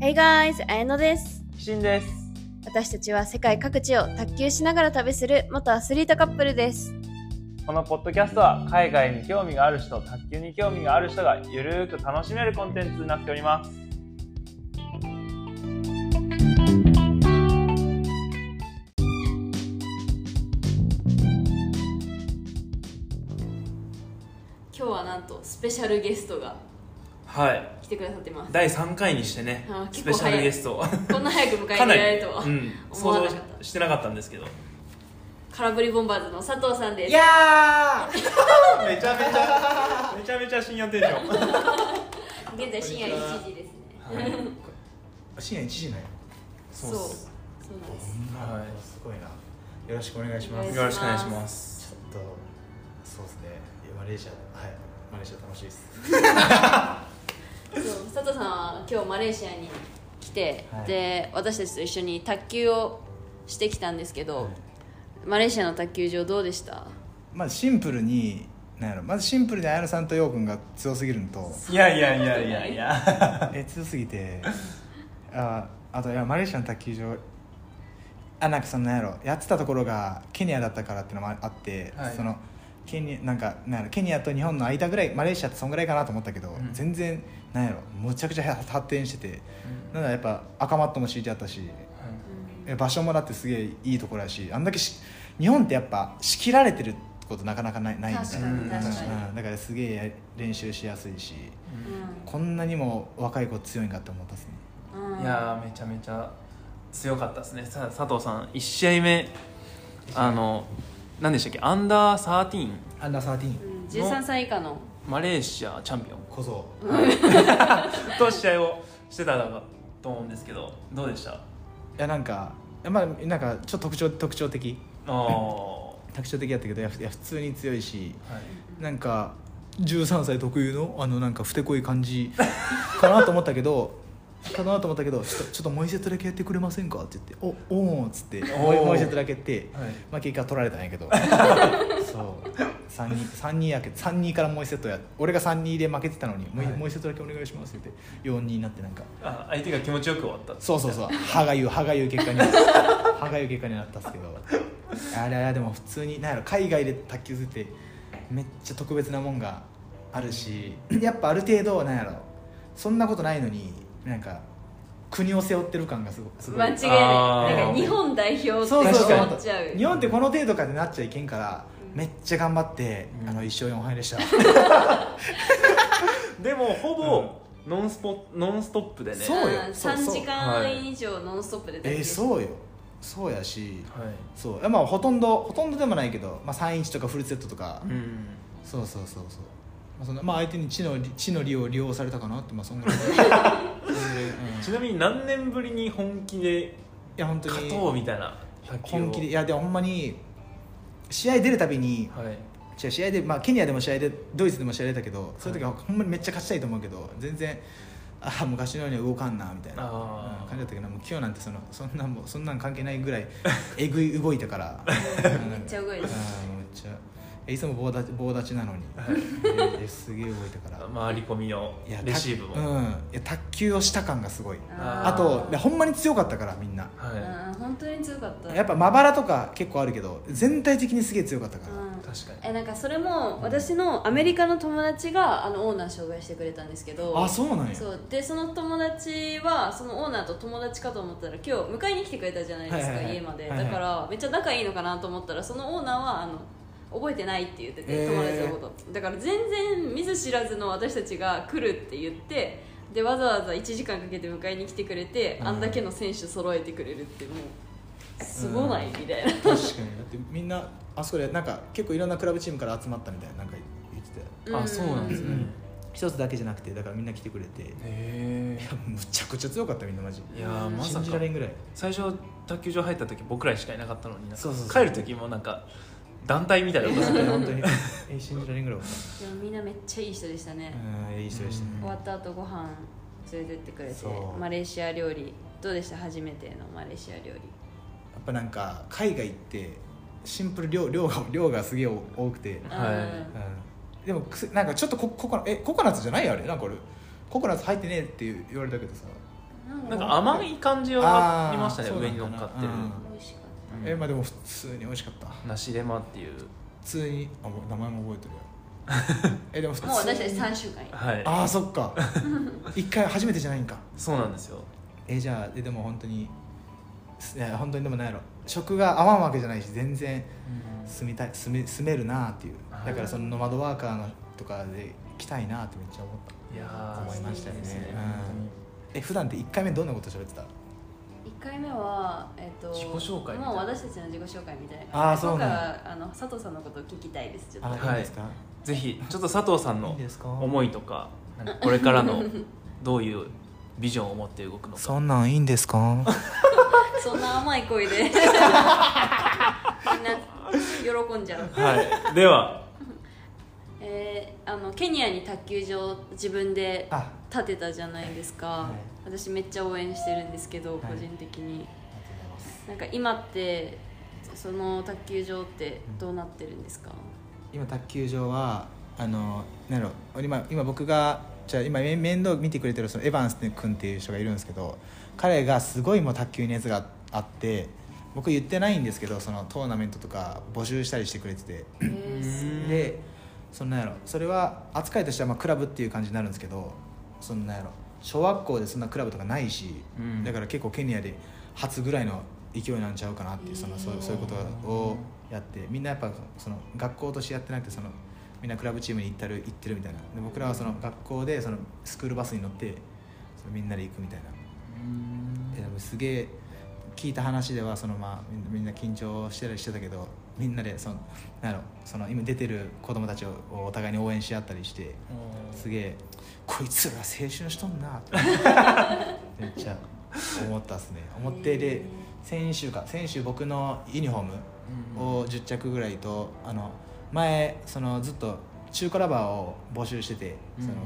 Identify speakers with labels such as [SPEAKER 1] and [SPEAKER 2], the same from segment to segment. [SPEAKER 1] Hey guys! あやのです。
[SPEAKER 2] シンです。
[SPEAKER 1] 私たちは世界各地を卓球しながら旅する元アスリートカップルです。
[SPEAKER 2] このポッドキャストは海外に興味がある人、卓球に興味がある人がゆるーく楽しめるコンテンツになっております。
[SPEAKER 3] 今日はなんとスペシャルゲストが
[SPEAKER 4] はい
[SPEAKER 3] 来てくださってます
[SPEAKER 4] 第3回にしてね
[SPEAKER 3] あー
[SPEAKER 4] ス
[SPEAKER 3] 結
[SPEAKER 4] ペ
[SPEAKER 3] 構
[SPEAKER 4] シャルゲストを
[SPEAKER 3] こんな早く迎えて
[SPEAKER 4] か
[SPEAKER 3] ら
[SPEAKER 4] な
[SPEAKER 3] れ
[SPEAKER 4] り
[SPEAKER 3] るとは、
[SPEAKER 4] うん、
[SPEAKER 3] 思
[SPEAKER 4] 想
[SPEAKER 3] わ
[SPEAKER 4] 像
[SPEAKER 3] なかった
[SPEAKER 4] してなかったんですけど
[SPEAKER 3] 空振りボンバーズの佐藤さんです
[SPEAKER 4] やー めちゃめちゃめちゃめちゃ深夜テンション、
[SPEAKER 3] 現在深夜1時ですね
[SPEAKER 5] 深夜1時なんや
[SPEAKER 4] そうっす
[SPEAKER 3] そうなんです
[SPEAKER 4] は
[SPEAKER 5] すごいなよろしくお願いしま
[SPEAKER 3] お
[SPEAKER 5] す
[SPEAKER 3] 願い
[SPEAKER 4] よろしくお願いします
[SPEAKER 5] ちょっとそうですねいやマレーシアはいマレーシア楽しい
[SPEAKER 3] そ
[SPEAKER 5] です
[SPEAKER 3] う佐藤さんは今日マレーシアに来て、
[SPEAKER 5] はい
[SPEAKER 3] で私たちと一緒に卓球をしてきたんですけど、
[SPEAKER 5] はい
[SPEAKER 3] マレーシアの卓球場どうでした
[SPEAKER 5] まずシンプルになんやろまずシンプルに綾野さんと陽君が強すぎるのと
[SPEAKER 4] いいやいやいやいやいや
[SPEAKER 5] え強すぎてああといやマレーシアの卓球場あなんかそのなんやろやってたところがケニアだったからっていうのもああって、
[SPEAKER 4] はい
[SPEAKER 5] そのケニアなんかなんやろケニアと日本の間ぐらいマレーシアってそんぐらいかなと思ったけど、
[SPEAKER 4] うん
[SPEAKER 5] 全然なんやろむちゃくちゃ発発展してて、なんだやっぱ赤マットも敷いてあったしえ場所もだってすげえいいところやしあんだけし日本ってやっぱ仕切られてることなかなかないないみたいな
[SPEAKER 3] 確かに
[SPEAKER 4] 確か
[SPEAKER 3] に
[SPEAKER 5] うんだからすげえ練習しやすいし
[SPEAKER 3] う
[SPEAKER 5] こんなにも若い子強いんかって思ったっすね
[SPEAKER 3] んうん
[SPEAKER 4] いやーめちゃめちゃ強かったですねさ佐藤さん1試合目あの何でしたっけアンダー13
[SPEAKER 5] アンダーサーティー
[SPEAKER 3] う
[SPEAKER 5] ン
[SPEAKER 3] ん13歳以下の
[SPEAKER 4] マレーシアチャンピオン
[SPEAKER 5] 小僧
[SPEAKER 4] と試合をしてたかと思うんですけどどうでした
[SPEAKER 5] いやなんかいやまあなんかちょっと特徴特徴的
[SPEAKER 4] ああ
[SPEAKER 5] 特徴的やったけどいやふいや普通に強いし
[SPEAKER 4] はい、
[SPEAKER 5] なんか13歳特有のあのなんかふてこい感じかなと思ったけどかなと思ったけどちょっとちょっともう一セットだけやってくれませんかって言って「おおーっつってもう
[SPEAKER 4] おー
[SPEAKER 5] もう一セットだけやって、
[SPEAKER 4] はい
[SPEAKER 5] まあ、結果は取られたんや けどそう3-2やけど3-2からもう一セットや俺が3-2で負けてたのにもう一、
[SPEAKER 4] はい
[SPEAKER 5] もう一セットだけお願いしますって言って4-2になってなんか
[SPEAKER 4] あ相手が気持ちよく終わった
[SPEAKER 5] そうそうそう歯がゆう歯がゆう結果に歯がゆう結果になったっすけどあれはでも普通になんやろ海外で卓球するってめっちゃ特別なもんがあるしやっぱある程度なんやろそんなことないのになんか国を背負ってる感がすごすごい
[SPEAKER 3] 間違いない
[SPEAKER 4] あー
[SPEAKER 3] なんか日本代表って
[SPEAKER 5] そうそうそう
[SPEAKER 3] 思っちゃう
[SPEAKER 5] 日本ってこの程度かでなっちゃいけんからめっちゃ頑張って、
[SPEAKER 4] うん
[SPEAKER 5] あの1勝4敗でした、
[SPEAKER 4] でもほぼノンスポ、ノンストップでね
[SPEAKER 5] そうよ
[SPEAKER 3] ん
[SPEAKER 5] そう
[SPEAKER 3] 3
[SPEAKER 5] そう
[SPEAKER 3] 時間以上ノンストップで卓球
[SPEAKER 5] えー、
[SPEAKER 3] う
[SPEAKER 5] そうよそうやし
[SPEAKER 4] はい
[SPEAKER 5] そういやまあほとんどほとんどでもないけど、まあ、3-1とかフルセットとか、
[SPEAKER 4] うん
[SPEAKER 5] そうそうそうそう、まあ、そのまあ相手に地の利地の利を利用されたかなってまあそんぐらいい
[SPEAKER 4] ちなみに何年ぶりに本気で
[SPEAKER 5] や本当
[SPEAKER 4] 勝
[SPEAKER 5] に
[SPEAKER 4] とうみたいな卓球を
[SPEAKER 5] 本気でいやでもほんまに試合出るたびに
[SPEAKER 4] はい
[SPEAKER 5] 違う試合で、まあ、ケニアでも試合でドイツでも試合出たけどそういう時はほんまにめっちゃ勝ちたいと思うけど全然ああ昔のようには動かんなみたいな
[SPEAKER 4] あー
[SPEAKER 5] うん感じだったけどもう今日なんてそのそんなんもうそんなん関係ないぐらいえぐい動いたからうん
[SPEAKER 3] めっちゃ動いて
[SPEAKER 5] うん
[SPEAKER 3] た
[SPEAKER 5] めっちゃえいつも棒立ち棒立ちなのにええすげえ動いたから
[SPEAKER 4] 回り込みの
[SPEAKER 5] いや
[SPEAKER 4] レシーブも、
[SPEAKER 5] たうんいや卓球をした感がすごい
[SPEAKER 3] あ
[SPEAKER 5] あとでほんまに強かったからみんな
[SPEAKER 4] は
[SPEAKER 3] うん本当に強かった
[SPEAKER 5] やっぱまばらとか結構あるけど全体的にすげえ強かったから、
[SPEAKER 3] う
[SPEAKER 4] い
[SPEAKER 3] ん
[SPEAKER 4] 確かに
[SPEAKER 3] えなんかそれも私のアメリカの友達があのオーナー紹介してくれたんですけど
[SPEAKER 5] あそうなんや
[SPEAKER 3] そうでその友達はそのオーナーと友達かと思ったら今日迎えに来てくれたじゃないですか、
[SPEAKER 5] はいはいはい
[SPEAKER 3] 家まで
[SPEAKER 5] はいはい
[SPEAKER 3] だからめっちゃ仲いいのかなと思ったらそのオーナーはあの覚えてないって言ってて、
[SPEAKER 5] へー
[SPEAKER 3] 友達のことだから全然見ず知らずの私たちが来るって言ってでわざわざ1時間かけて迎えに来てくれて、
[SPEAKER 5] うん
[SPEAKER 3] あんだけの選手揃えてくれるってもうすごない、みたいな
[SPEAKER 5] 確かにだってみんなあそこでなんか結構いろんなクラブチームから集まったみたいななんか言ってたよ
[SPEAKER 4] あそうなんですね、
[SPEAKER 5] うん一つだけじゃなくてだからみんな来てくれていや
[SPEAKER 4] へ
[SPEAKER 5] むちゃくちゃ強かったみんなマジ
[SPEAKER 4] えいやーまさ
[SPEAKER 5] 信じ
[SPEAKER 4] から
[SPEAKER 5] れんぐらい
[SPEAKER 4] 最初卓球場入った時僕らしかいなかったのになんか
[SPEAKER 5] そうそうそう
[SPEAKER 4] 帰る時もなんか団体みたいなことして
[SPEAKER 5] 本当にえ信じられんぐらい
[SPEAKER 3] でもみんなめっちゃいい人でしたね、
[SPEAKER 5] うんいい人でしたね
[SPEAKER 3] 終わった後ご飯連れてってくれて
[SPEAKER 5] そう
[SPEAKER 3] マレーシア料理どうでした初めてのマレーシア料理
[SPEAKER 5] やっぱなんか海外ってシンプル量量が量がすげえ多くて、
[SPEAKER 4] はい
[SPEAKER 5] うん、でもくすなんかちょっとコココナえココナッツじゃないあれなんか俺ココナッツ入ってねえって言われたけどさ
[SPEAKER 3] うん、なん
[SPEAKER 4] なんか甘い感じはありましたね上に乗っかってる、
[SPEAKER 3] 美味しかっ
[SPEAKER 5] えまあでも普通に美味しかった
[SPEAKER 4] 梨レマっていう
[SPEAKER 5] 普通にあもう名前も覚えて るよえでも普
[SPEAKER 3] た
[SPEAKER 5] 通
[SPEAKER 3] もう私たち
[SPEAKER 5] に
[SPEAKER 3] 3週間や
[SPEAKER 4] はい
[SPEAKER 5] ああそっか一回初めてじゃないんか
[SPEAKER 4] そうなんですよ
[SPEAKER 5] えじゃあえでも本当にいや本当にでもなんやろ食が合わんわけじゃないし全然住みたい住め住めるなっていう
[SPEAKER 4] はい
[SPEAKER 5] だからそのノマドワーカーのとかで来たいなってめっちゃ思っ
[SPEAKER 4] いや
[SPEAKER 5] た
[SPEAKER 4] ー
[SPEAKER 5] 思いましたよね
[SPEAKER 4] 素敵です
[SPEAKER 5] うんえ普段って1回目どんなこと喋ってた
[SPEAKER 3] 1回目は、えっと
[SPEAKER 4] 自己紹介みたいな
[SPEAKER 3] もう私たちの自己紹介みたいな感じで
[SPEAKER 5] あーそうな
[SPEAKER 3] 今
[SPEAKER 5] んや
[SPEAKER 3] 回はあの佐藤さんのことを聞きたいですちょっと
[SPEAKER 5] あ
[SPEAKER 3] はい
[SPEAKER 5] いいですか、
[SPEAKER 4] ぜひちょっと佐藤さん
[SPEAKER 5] いい
[SPEAKER 4] の
[SPEAKER 5] ですか
[SPEAKER 4] 思いとかなんか これからのどういうビジョンを持って動くのか
[SPEAKER 5] そんなんいいんですか
[SPEAKER 3] そんな甘い声でみんな喜んじゃう
[SPEAKER 4] はいでは
[SPEAKER 3] えーあのケニアに卓球場自分で
[SPEAKER 5] あ
[SPEAKER 3] 建てたじゃないですか、
[SPEAKER 5] はい
[SPEAKER 3] 私めっちゃ応援してるんですけど、
[SPEAKER 5] い
[SPEAKER 3] 個人的に
[SPEAKER 5] ありがとうございます
[SPEAKER 3] なんか今ってその卓球場ってどうなってるんですか、
[SPEAKER 5] 今卓球場はあのなんやろ今今僕がじゃあ今面面倒見てくれてるそのエヴァンス君っていう人がいるんですけど彼がすごいもう卓球に熱があって僕言ってないんですけどそのトーナメントとか募集したりしてくれてて
[SPEAKER 3] えーす
[SPEAKER 5] でそのなんやろそれは扱いとしてはまあクラブっていう感じになるんですけどそのなんやろ小学校でそんなクラブとかないし、
[SPEAKER 4] うん
[SPEAKER 5] だから結構ケニアで初ぐらいの勢いなんちゃうかなっていうそのそうそういうことをやってみんなやっぱその学校としてやってなくてそのみんなクラブチームに行ったる行ってるみたいなで僕らはその学校でそのスクールバスに乗ってそのみんなで行くみたいな。えでもすげえ聞いた話ではそのまあみんなみんな緊張してたりしてたけどみんなでそのなんやろその今出てる子供たちをお互いに応援し合ったりしてすげえこいつら青春しとんなって めっちゃ思ったっすね思ってで先週か先週僕のユニフォームを10着ぐらいとあの前そのずっと中古ラバーを募集しててそ
[SPEAKER 4] う
[SPEAKER 5] の
[SPEAKER 4] ん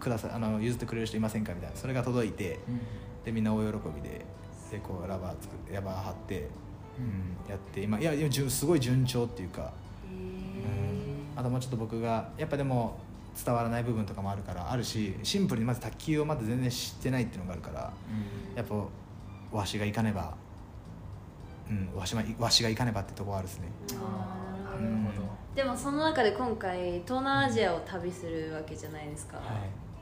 [SPEAKER 5] くださいあの譲ってくれる人いませんかみたいなそれが届いて。でみんな大喜びででこうラバー作ってラバー貼って、うん、やって今いやいやじゅすごい順調っていうか、うん、あともうちょっと僕がやっぱでも伝わらない部分とかもあるからあるしシンプルにまず卓球をまだ全然知ってないっていうのがあるからやっぱわしが行かねば、うん、わしまわしが行かねばってとこはあるですね
[SPEAKER 3] あーなるほど
[SPEAKER 5] うん
[SPEAKER 3] でもその中で今回東南アジアを旅するわけじゃないですか、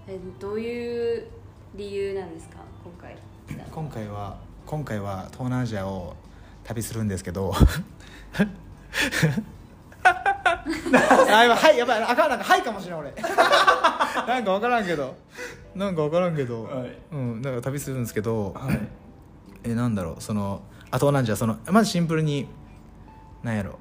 [SPEAKER 3] えどういう理由なんですか今回来た
[SPEAKER 5] 今回は今回は東南アジアを旅するんですけど あ今はいやばいあかんなんかはいかもしれん俺 なんか分からんけどなんか分からんけど、
[SPEAKER 4] はい
[SPEAKER 5] うんなんか旅するんですけど、えなんだろうそのあ東南アジアそのまずシンプルになんやろ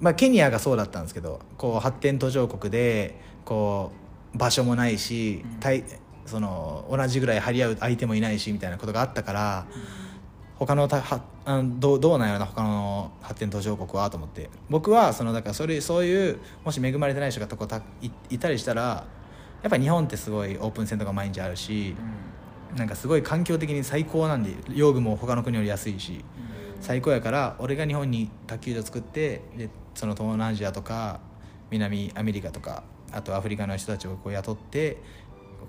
[SPEAKER 5] まあケニアがそうだったんですけどこう発展途上国でこう場所もないし、
[SPEAKER 4] うん
[SPEAKER 5] 対その同じぐらい張り合う相手もいないしみたいなことがあったから、他のたはあのどうどうなんやろな他の発展途上国はと思って僕はそのだからそれそういうもし恵まれてない人がとこたいいたりしたらやっぱ日本ってすごいオープン戦とか毎日あるし、なんかすごい環境的に最高なんで用具も他の国より安いし最高やから俺が日本に卓球場作ってでその東南アジアとか南アメリカとかあとアフリカの人たちをこう雇って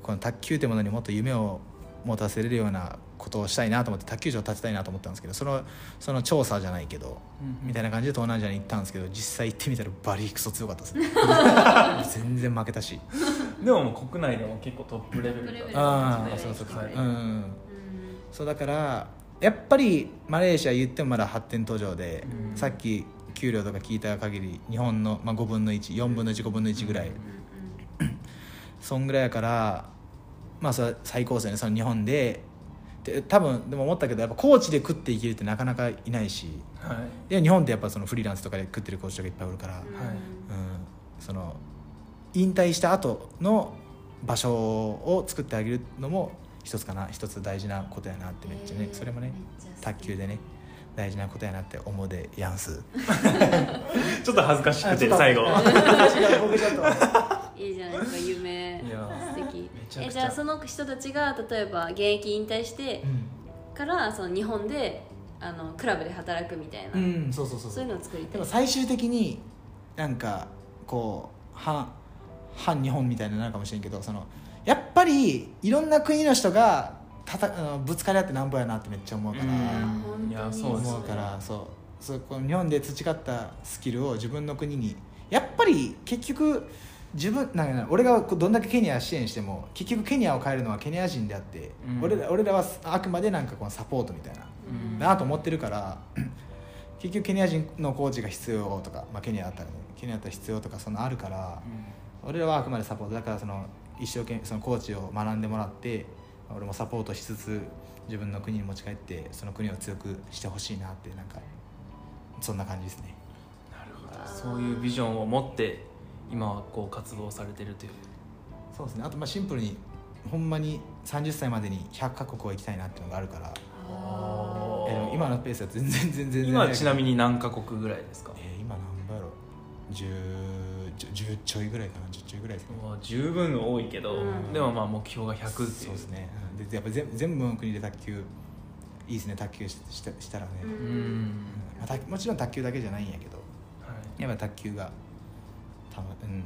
[SPEAKER 5] この卓球ってものにもっと夢を持たせれるようなことをしたいなと思って卓球場を建てたいなと思ったんですけどそのその調査じゃないけど、みたいな感じで東南アジアに行ったんですけど実際行ってみたらバリクソ強かったですね全然負けたし
[SPEAKER 4] でももう国内でも結構トップレベル
[SPEAKER 3] トップレベル
[SPEAKER 5] あ
[SPEAKER 3] あー
[SPEAKER 5] あそうそうそう、
[SPEAKER 4] はい
[SPEAKER 5] うん
[SPEAKER 3] うん
[SPEAKER 5] そうだからやっぱりマレーシア言ってもまだ発展途上で、
[SPEAKER 4] うん
[SPEAKER 5] さっき給料とか聞いた限り日本の、まあ、5分の14分の15分の1ぐらい、そんぐらいやからまあそれは最高ですよねその日本でで多分でも思ったけどやっぱ高知で食っていけるってなかなかいないし
[SPEAKER 4] はい
[SPEAKER 5] で日本ってやっぱそのフリーランスとかで食ってるコーチとかいっぱいおるから、
[SPEAKER 3] うん
[SPEAKER 4] はい
[SPEAKER 5] うん、その引退した後の場所を作ってあげるのも一つかな一つ大事なことやなってめっちゃね、
[SPEAKER 3] えー
[SPEAKER 5] それもね
[SPEAKER 3] めっちゃ好き
[SPEAKER 5] 卓球でね大事なことやなって思うでやんす
[SPEAKER 4] ちょっと恥ずかしくて最後
[SPEAKER 3] いいじゃないですか夢
[SPEAKER 4] いや
[SPEAKER 3] 素
[SPEAKER 4] め
[SPEAKER 3] 敵
[SPEAKER 4] ちゃくちゃ
[SPEAKER 3] えじゃあその人たちが例えば現役引退してからその日本であのクラブで働くみたいな、
[SPEAKER 5] うん、そうそうそう
[SPEAKER 3] そういうのを作りた
[SPEAKER 5] で
[SPEAKER 3] い
[SPEAKER 5] も最終的になんかこう反反日本みたいになるかもしれんけどそのやっぱりいろんな国の人がたたあのぶつかり合ってなんぼやなってめっちゃ思うから、
[SPEAKER 4] うん
[SPEAKER 3] 本
[SPEAKER 4] いや
[SPEAKER 3] 当に
[SPEAKER 4] そうですね
[SPEAKER 5] 思うからそうそうこの日本で培ったスキルを自分の国にやっぱり結局自分なんかな俺がこうどんだけケニア支援しても結局ケニアを変えるのはケニア人であって、
[SPEAKER 4] うん
[SPEAKER 5] 俺ら俺らはあくまでなんかこのサポートみたいな、
[SPEAKER 4] うん
[SPEAKER 5] なと思ってるから結局ケニア人のコーチが必要とか、まあ、ケニアだったらねケニアだったら必要とかそのあるから、俺らはあくまでサポートだからその一生懸命そのコーチを学んでもらって俺もサポートしつつ自分の国に持ち帰ってその国を強くしてほしいなってなんかそんな感じですね
[SPEAKER 4] なるほどそういうビジョンを持って今はこう活動されてるという
[SPEAKER 5] そうですねあとまあシンプルにほんまに30歳までに100カ国は行きたいなっていうのがあるから
[SPEAKER 3] あ
[SPEAKER 5] いやでも今のペースは全然全然全然
[SPEAKER 4] 今はちなみ
[SPEAKER 5] に、
[SPEAKER 4] に何カ国ぐらいですか
[SPEAKER 5] えー今何倍やろ 10, 10ちょいぐらいかな10ちょいぐらいですね
[SPEAKER 4] うわ十分多いけど、
[SPEAKER 3] うん
[SPEAKER 4] でもまあ目標が100っていう
[SPEAKER 5] そうですね、うんでやっぱ全全部の国で卓球いいですね卓球ししたしたらね、
[SPEAKER 3] うん
[SPEAKER 4] うん
[SPEAKER 5] まあ、たもちろん卓球だけじゃないんやけど
[SPEAKER 4] はい
[SPEAKER 5] やっぱ卓球がたまうんい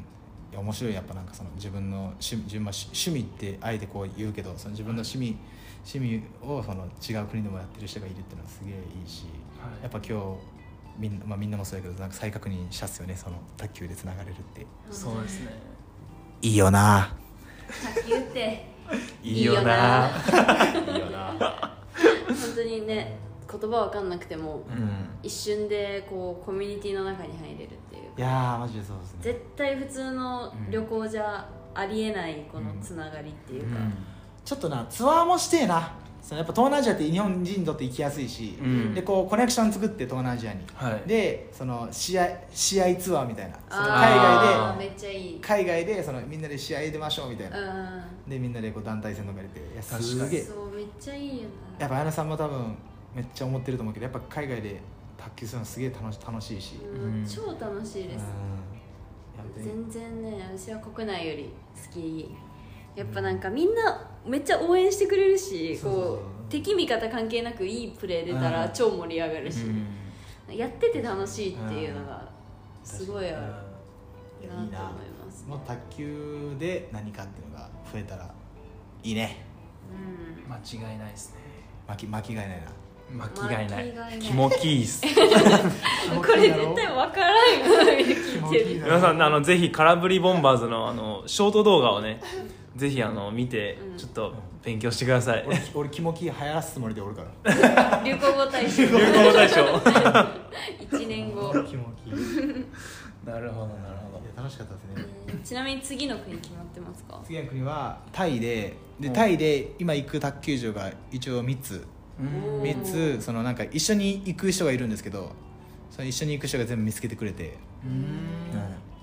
[SPEAKER 5] や面白いやっぱなんかその自分の趣味自分は趣趣味ってあえてこう言うけどその自分の趣味趣味をその違う国でもやってる人がいるっていうのはすげえいいし、
[SPEAKER 4] はい
[SPEAKER 5] やっぱ今日みんな,、まあ、みんなもそうやけどなんか再確認したっすよねその卓球でつながれるって
[SPEAKER 3] ー
[SPEAKER 4] そうですね
[SPEAKER 5] いいよな
[SPEAKER 3] 卓球って
[SPEAKER 4] いいよない
[SPEAKER 5] いよな
[SPEAKER 3] 本当にね言葉わかんなくても
[SPEAKER 5] うん
[SPEAKER 3] 一瞬でこうコミュニティの中に入れるっていう
[SPEAKER 5] いやーマジでそうですね
[SPEAKER 3] 絶対普通の旅行じゃありえないこのつながりっていうか、
[SPEAKER 5] ちょっとなツアーもしてえなそのやっぱ東南アジアって日本人にとって行きやすいし、
[SPEAKER 4] うん
[SPEAKER 5] でこうコネクション作って東南アジアに、
[SPEAKER 4] はい
[SPEAKER 5] でその試合試合ツアーみたいなその
[SPEAKER 3] あー
[SPEAKER 5] 海外で
[SPEAKER 3] めっちゃいい
[SPEAKER 5] 海外でそのみんなで試合出ましょうみたいな、
[SPEAKER 3] うん
[SPEAKER 5] でみんなでこう団体戦とか出ていや
[SPEAKER 4] 確かに
[SPEAKER 5] すげえ
[SPEAKER 3] そうめっちゃいいよな
[SPEAKER 5] やっぱ綾菜さんも多分めっちゃ思ってると思うけどやっぱ海外で卓球するのすげえ楽し楽しいし、うん
[SPEAKER 3] うん超楽しいです、
[SPEAKER 5] やっぱり
[SPEAKER 3] 全然ね私は国内より好きやっぱなんかみんなめっちゃ応援してくれるし
[SPEAKER 5] そうそうそう
[SPEAKER 3] こう敵味方関係なくいいプレー出た
[SPEAKER 5] う
[SPEAKER 3] ら
[SPEAKER 5] ん
[SPEAKER 3] 超盛り上がるし、
[SPEAKER 4] うん
[SPEAKER 3] やってて楽しいっていうのがすごいあるな
[SPEAKER 5] うんい
[SPEAKER 3] と
[SPEAKER 5] や
[SPEAKER 3] 思
[SPEAKER 5] い
[SPEAKER 3] い
[SPEAKER 5] いな
[SPEAKER 3] ます
[SPEAKER 5] もう卓球で何かっていうのが増えたらいいね
[SPEAKER 3] うん
[SPEAKER 4] 間違いないですね
[SPEAKER 5] 巻き巻きがいないな
[SPEAKER 4] 間違いな
[SPEAKER 3] 間違いないい
[SPEAKER 4] キモキーっす
[SPEAKER 3] これ絶対わからんよ見てる
[SPEAKER 4] 皆さんあのぜひ空振りボンバーズのあのショート動画をねぜひあの見て
[SPEAKER 3] うん
[SPEAKER 4] ちょっと勉強してくださ い、
[SPEAKER 5] 俺 俺キモキ流行らすつもりでおるから
[SPEAKER 3] 流行語大賞
[SPEAKER 4] 流行語大賞
[SPEAKER 3] 1年後
[SPEAKER 5] キモキい
[SPEAKER 4] なるほどなるほ
[SPEAKER 5] や楽しかったですね
[SPEAKER 3] ちなみに次の国決まってますか
[SPEAKER 5] 次の国はタイでで
[SPEAKER 4] うん
[SPEAKER 5] タイで今行く卓球場が一応3つ
[SPEAKER 3] うん
[SPEAKER 5] 3つそのなんか一緒に行く人がいるんですけどその一緒に行く人が全部見つけてくれて、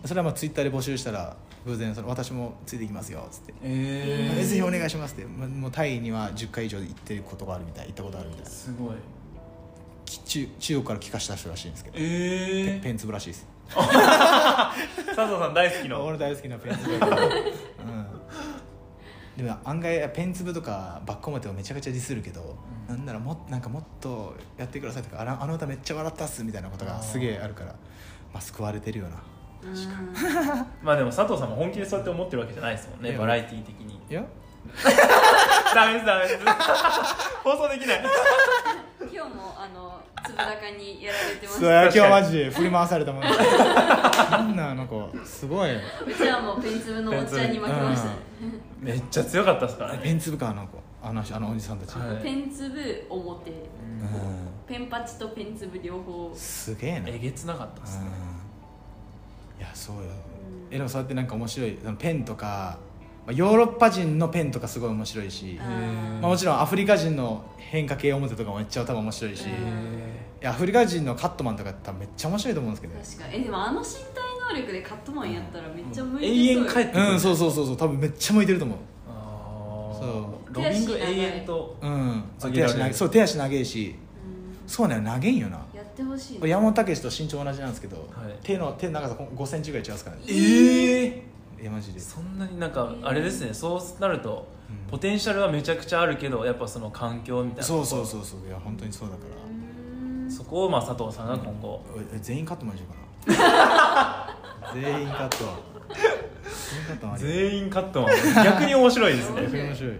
[SPEAKER 5] それはまあツイッターで募集したら偶然その私もついていきますよっつって、
[SPEAKER 4] え
[SPEAKER 5] ぜひお願いしますってまもうタイには10回以上行ってることがあるみたい行ったことあるみたいな
[SPEAKER 4] すごい
[SPEAKER 5] き中中国から帰化した人らしいんですけど、
[SPEAKER 4] え
[SPEAKER 5] ペンツブらしいです
[SPEAKER 4] ー、佐藤さん大好きの
[SPEAKER 5] 俺大好きなペンツブ、 うん、でも案外ペンツブとかバック表をめちゃくちゃディスるけど、なんならもなんかもっとやってくださいとかあらあの歌めっちゃ笑ったっすみたいなことがすげえあるからまあ救われてるよな
[SPEAKER 3] 確
[SPEAKER 4] まあでも佐藤さんも本気でそうやって思ってるわけじゃないですもん
[SPEAKER 5] い
[SPEAKER 4] ね
[SPEAKER 5] や
[SPEAKER 4] バラエティー的に
[SPEAKER 5] いや
[SPEAKER 4] ダメですダメです 放送できない
[SPEAKER 3] に今日もあのつぶらかにやられてます
[SPEAKER 5] そうや今
[SPEAKER 4] 確
[SPEAKER 5] 日
[SPEAKER 4] かに
[SPEAKER 5] マジで振り回され たもんなんなんあの子すごいよ
[SPEAKER 3] うちはもうペンツブのおっちゃんに負けましたね
[SPEAKER 4] めっちゃ強かったですからね
[SPEAKER 5] ペンツブかあの子あの人あのおじさんたち、
[SPEAKER 4] はいう
[SPEAKER 3] ペンツブ表
[SPEAKER 5] うん
[SPEAKER 3] ペンパチとペンツブ両方
[SPEAKER 5] すげえな
[SPEAKER 4] えげつなかったですね
[SPEAKER 5] うんいやそうよえでもそうやってなんか面白いそのペンとかまあヨーロッパ人のペンとかすごい面白い
[SPEAKER 3] う
[SPEAKER 5] し、
[SPEAKER 3] ん
[SPEAKER 4] へ
[SPEAKER 5] まあ、もちろんアフリカ人の変化系表とかもめっちゃ多分面白いし、
[SPEAKER 3] うん
[SPEAKER 5] いやアフリカ人のカットマンとか多分めっちゃ面白いと思うんですけど
[SPEAKER 3] 確かにえでもあの身体能力でカットマンやったらめっちゃ向いてそう
[SPEAKER 4] 永遠帰ってくる
[SPEAKER 5] うんそうそうそうそう多分めっちゃ向いてると思う
[SPEAKER 4] あー
[SPEAKER 5] そ
[SPEAKER 4] ロビング永遠と
[SPEAKER 5] うんそう
[SPEAKER 4] 上げら
[SPEAKER 5] 手
[SPEAKER 4] れ
[SPEAKER 5] 足
[SPEAKER 4] る
[SPEAKER 5] 長いそう手足長いし
[SPEAKER 3] うん
[SPEAKER 5] そうなの投げんよな
[SPEAKER 3] やってほしい
[SPEAKER 5] これ山本武と身長同じなんですけど、
[SPEAKER 4] い
[SPEAKER 5] 手の手の長さ5センチぐらい違いますからね
[SPEAKER 4] ええ
[SPEAKER 5] えマジで
[SPEAKER 4] そんなになんかあれですねそうなると
[SPEAKER 5] うん
[SPEAKER 4] ポテンシャルはめちゃくちゃあるけどやっぱその環境みたいな
[SPEAKER 5] そうそうそうそういや本当にそうだから、
[SPEAKER 3] うん
[SPEAKER 4] そこをまあ佐藤さんが今後
[SPEAKER 5] おい全員カットまでしようかな全員カットかったな
[SPEAKER 4] 全員勝ったもん逆に面白いですね
[SPEAKER 5] 逆に面白い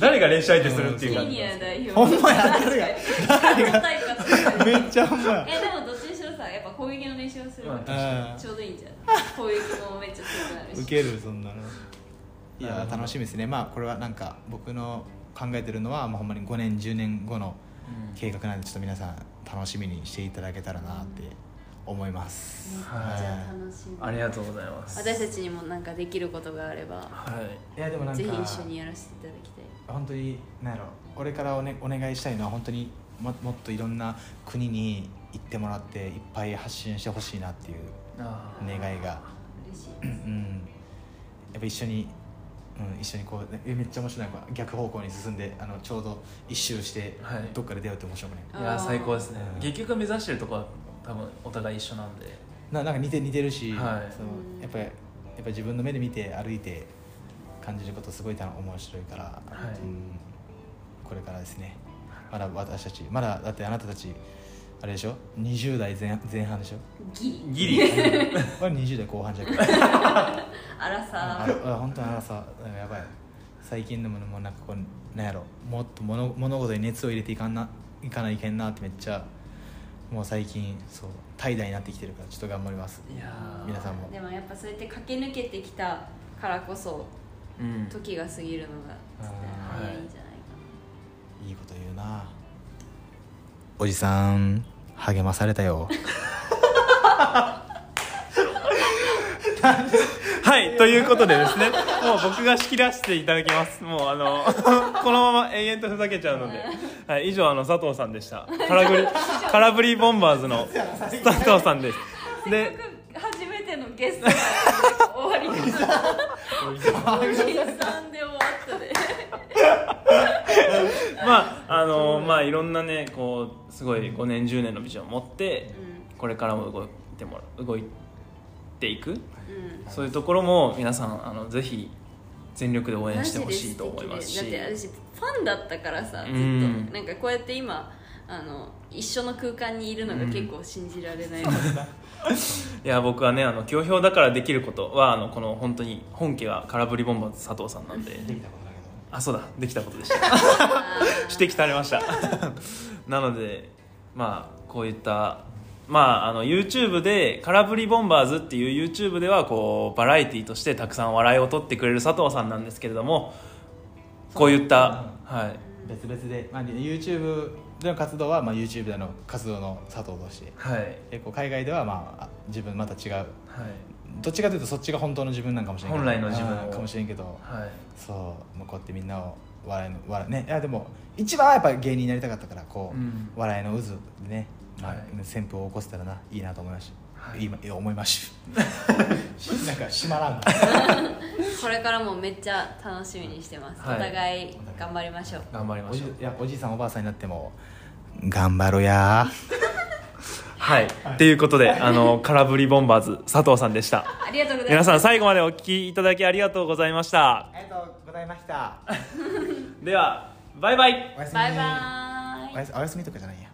[SPEAKER 4] 誰が練習相手するって
[SPEAKER 3] ケ
[SPEAKER 4] いう感じ
[SPEAKER 3] ニア代表
[SPEAKER 5] ほんまやってるやん
[SPEAKER 3] 誰がタイプかと思っ
[SPEAKER 5] め
[SPEAKER 3] て
[SPEAKER 5] っちゃほんまや
[SPEAKER 3] えでもどっちにしろさやっぱ攻撃の練習をするから
[SPEAKER 5] あ
[SPEAKER 3] ちょうどいいんじゃん攻撃もめっちゃ強くなる
[SPEAKER 5] ーウ
[SPEAKER 3] し
[SPEAKER 5] ケるそんなの いや
[SPEAKER 4] うん
[SPEAKER 5] 楽しみですねまあこれはなんか僕の考えてるのは、まあ、ほんまに5年10年後の計画なんでちょっと皆さん楽しみにしていただけたらなって思います、
[SPEAKER 3] めっちゃ楽しみ
[SPEAKER 4] ありがとうございます
[SPEAKER 3] 私たちにもなんかできることがあれば
[SPEAKER 4] はい
[SPEAKER 5] いやでもなんか
[SPEAKER 3] ぜひ一緒にやらせていただきたい
[SPEAKER 5] 本当に何やろ俺からお,、ね、お願いしたいのは本当にももっといろんな国に行ってもらっていっぱい発信してほしいなっていう
[SPEAKER 4] あー
[SPEAKER 5] 願いが、
[SPEAKER 3] 嬉しい
[SPEAKER 5] うん、やっぱ一緒に、うん、一緒にこうえめっちゃ面白いなんか逆方向に進んであのちょうど一周して、
[SPEAKER 4] はい
[SPEAKER 5] どっかで出会うって面白くない
[SPEAKER 3] あ
[SPEAKER 4] いやー最高ですね
[SPEAKER 5] うん
[SPEAKER 4] 結局目指してるとこは多分お互い一緒なんで
[SPEAKER 5] ななんか似て似てるし、
[SPEAKER 4] はい
[SPEAKER 5] そのやっぱりやっぱ自分の目で見て歩いて感じることすごいた面白いから、
[SPEAKER 4] はい
[SPEAKER 5] うんこれからですねまだ私たちまだだってあなたたちあれでしょ20代前前半でしょ
[SPEAKER 3] ギリ
[SPEAKER 4] ギリ
[SPEAKER 5] 俺20代後半じゃんあ
[SPEAKER 3] あらさ
[SPEAKER 5] あ本当にあらさなんかやばい最近でももうなんかこうなんやろもっと物物事に熱を入れていかんないかないけんなってめっちゃもう最近そう怠惰になってきてるからちょっと頑張ります
[SPEAKER 4] いやー
[SPEAKER 5] 皆さんも
[SPEAKER 3] でもやっぱそうやって駆け抜けてきたからこそ
[SPEAKER 4] うん
[SPEAKER 3] 時が過ぎるのが
[SPEAKER 5] あ
[SPEAKER 3] 早
[SPEAKER 4] ー
[SPEAKER 3] いんじゃないか
[SPEAKER 5] いいこと言うなおじさん励まされたよ
[SPEAKER 4] はい、ということでですね、もう僕が仕切らせていただきます。もうあの、 このまま永遠とふざけちゃうので。はい、以上、あの、佐藤さんでした。空振り、空振りボンバーズ の佐藤さんです。
[SPEAKER 3] な
[SPEAKER 4] で、
[SPEAKER 3] せっかく初めてのゲストが終わり方おじさんで終わったで
[SPEAKER 4] まあ、あの、まあ、いろんなね、こう、すごい5年、10年のビジョンを持って、これからも動いてもらう、動いていく。
[SPEAKER 3] うん
[SPEAKER 4] そういうところも、皆さん、あの、ぜひ、全力で応援してほしいと思いますし。
[SPEAKER 3] マジで素敵でだって私ファンだったからさずっと
[SPEAKER 4] うん
[SPEAKER 3] なんかこうやって今あの一緒の空間にいるのが結構信じられない、
[SPEAKER 4] いや僕はねあの教評だからできることはあのこの本当に本家は空振りボンバーズ佐藤さんなんで
[SPEAKER 5] できたことだけど
[SPEAKER 4] あそうだできたことでした指摘され ましたなのでまあこういったまあ、あの YouTube で「空振りボンバーズ」っていう YouTube ではこうバラエティーとしてたくさん笑いを取ってくれる佐藤さんなんですけれどもこういった、はい、
[SPEAKER 5] 別々で、まあ、YouTube での活動は、まあ、YouTube での活動の佐藤として
[SPEAKER 4] はい
[SPEAKER 5] 結構海外では、まああ、自分また違う
[SPEAKER 4] はい
[SPEAKER 5] どっちかというとそっちが本当の自分なんかもしれんけど
[SPEAKER 4] 本来の自分を
[SPEAKER 5] うんかもしれんけど
[SPEAKER 4] はい
[SPEAKER 5] そう、まあ、こうやってみんなを笑いの笑いねいやでも一番はやっぱ芸人になりたかったからこう、
[SPEAKER 4] うん
[SPEAKER 5] 笑いの渦でね、まあ
[SPEAKER 4] はい
[SPEAKER 5] 旋風を起こせたらないいなと思いました、
[SPEAKER 4] はい
[SPEAKER 5] い、今いや思いました なんか閉まらんな
[SPEAKER 3] これからもめっちゃ楽しみにしてます、
[SPEAKER 4] はい
[SPEAKER 3] お互い頑張りましょう
[SPEAKER 4] 頑張りま
[SPEAKER 5] お
[SPEAKER 4] し
[SPEAKER 5] じ
[SPEAKER 4] ょ
[SPEAKER 5] いうやおじいさんおばあさんになっても頑張ろや
[SPEAKER 4] はい、っていうことであの空振りボンバーズ佐藤さんでした
[SPEAKER 3] ありがとうござい
[SPEAKER 4] 皆
[SPEAKER 3] ます
[SPEAKER 4] さん最後までお聞きいただきありがとうございました
[SPEAKER 5] ありがとうございました
[SPEAKER 4] ではバイバイ
[SPEAKER 5] おやすみ
[SPEAKER 3] バイバーイ
[SPEAKER 5] おやすおやすみとかじゃないや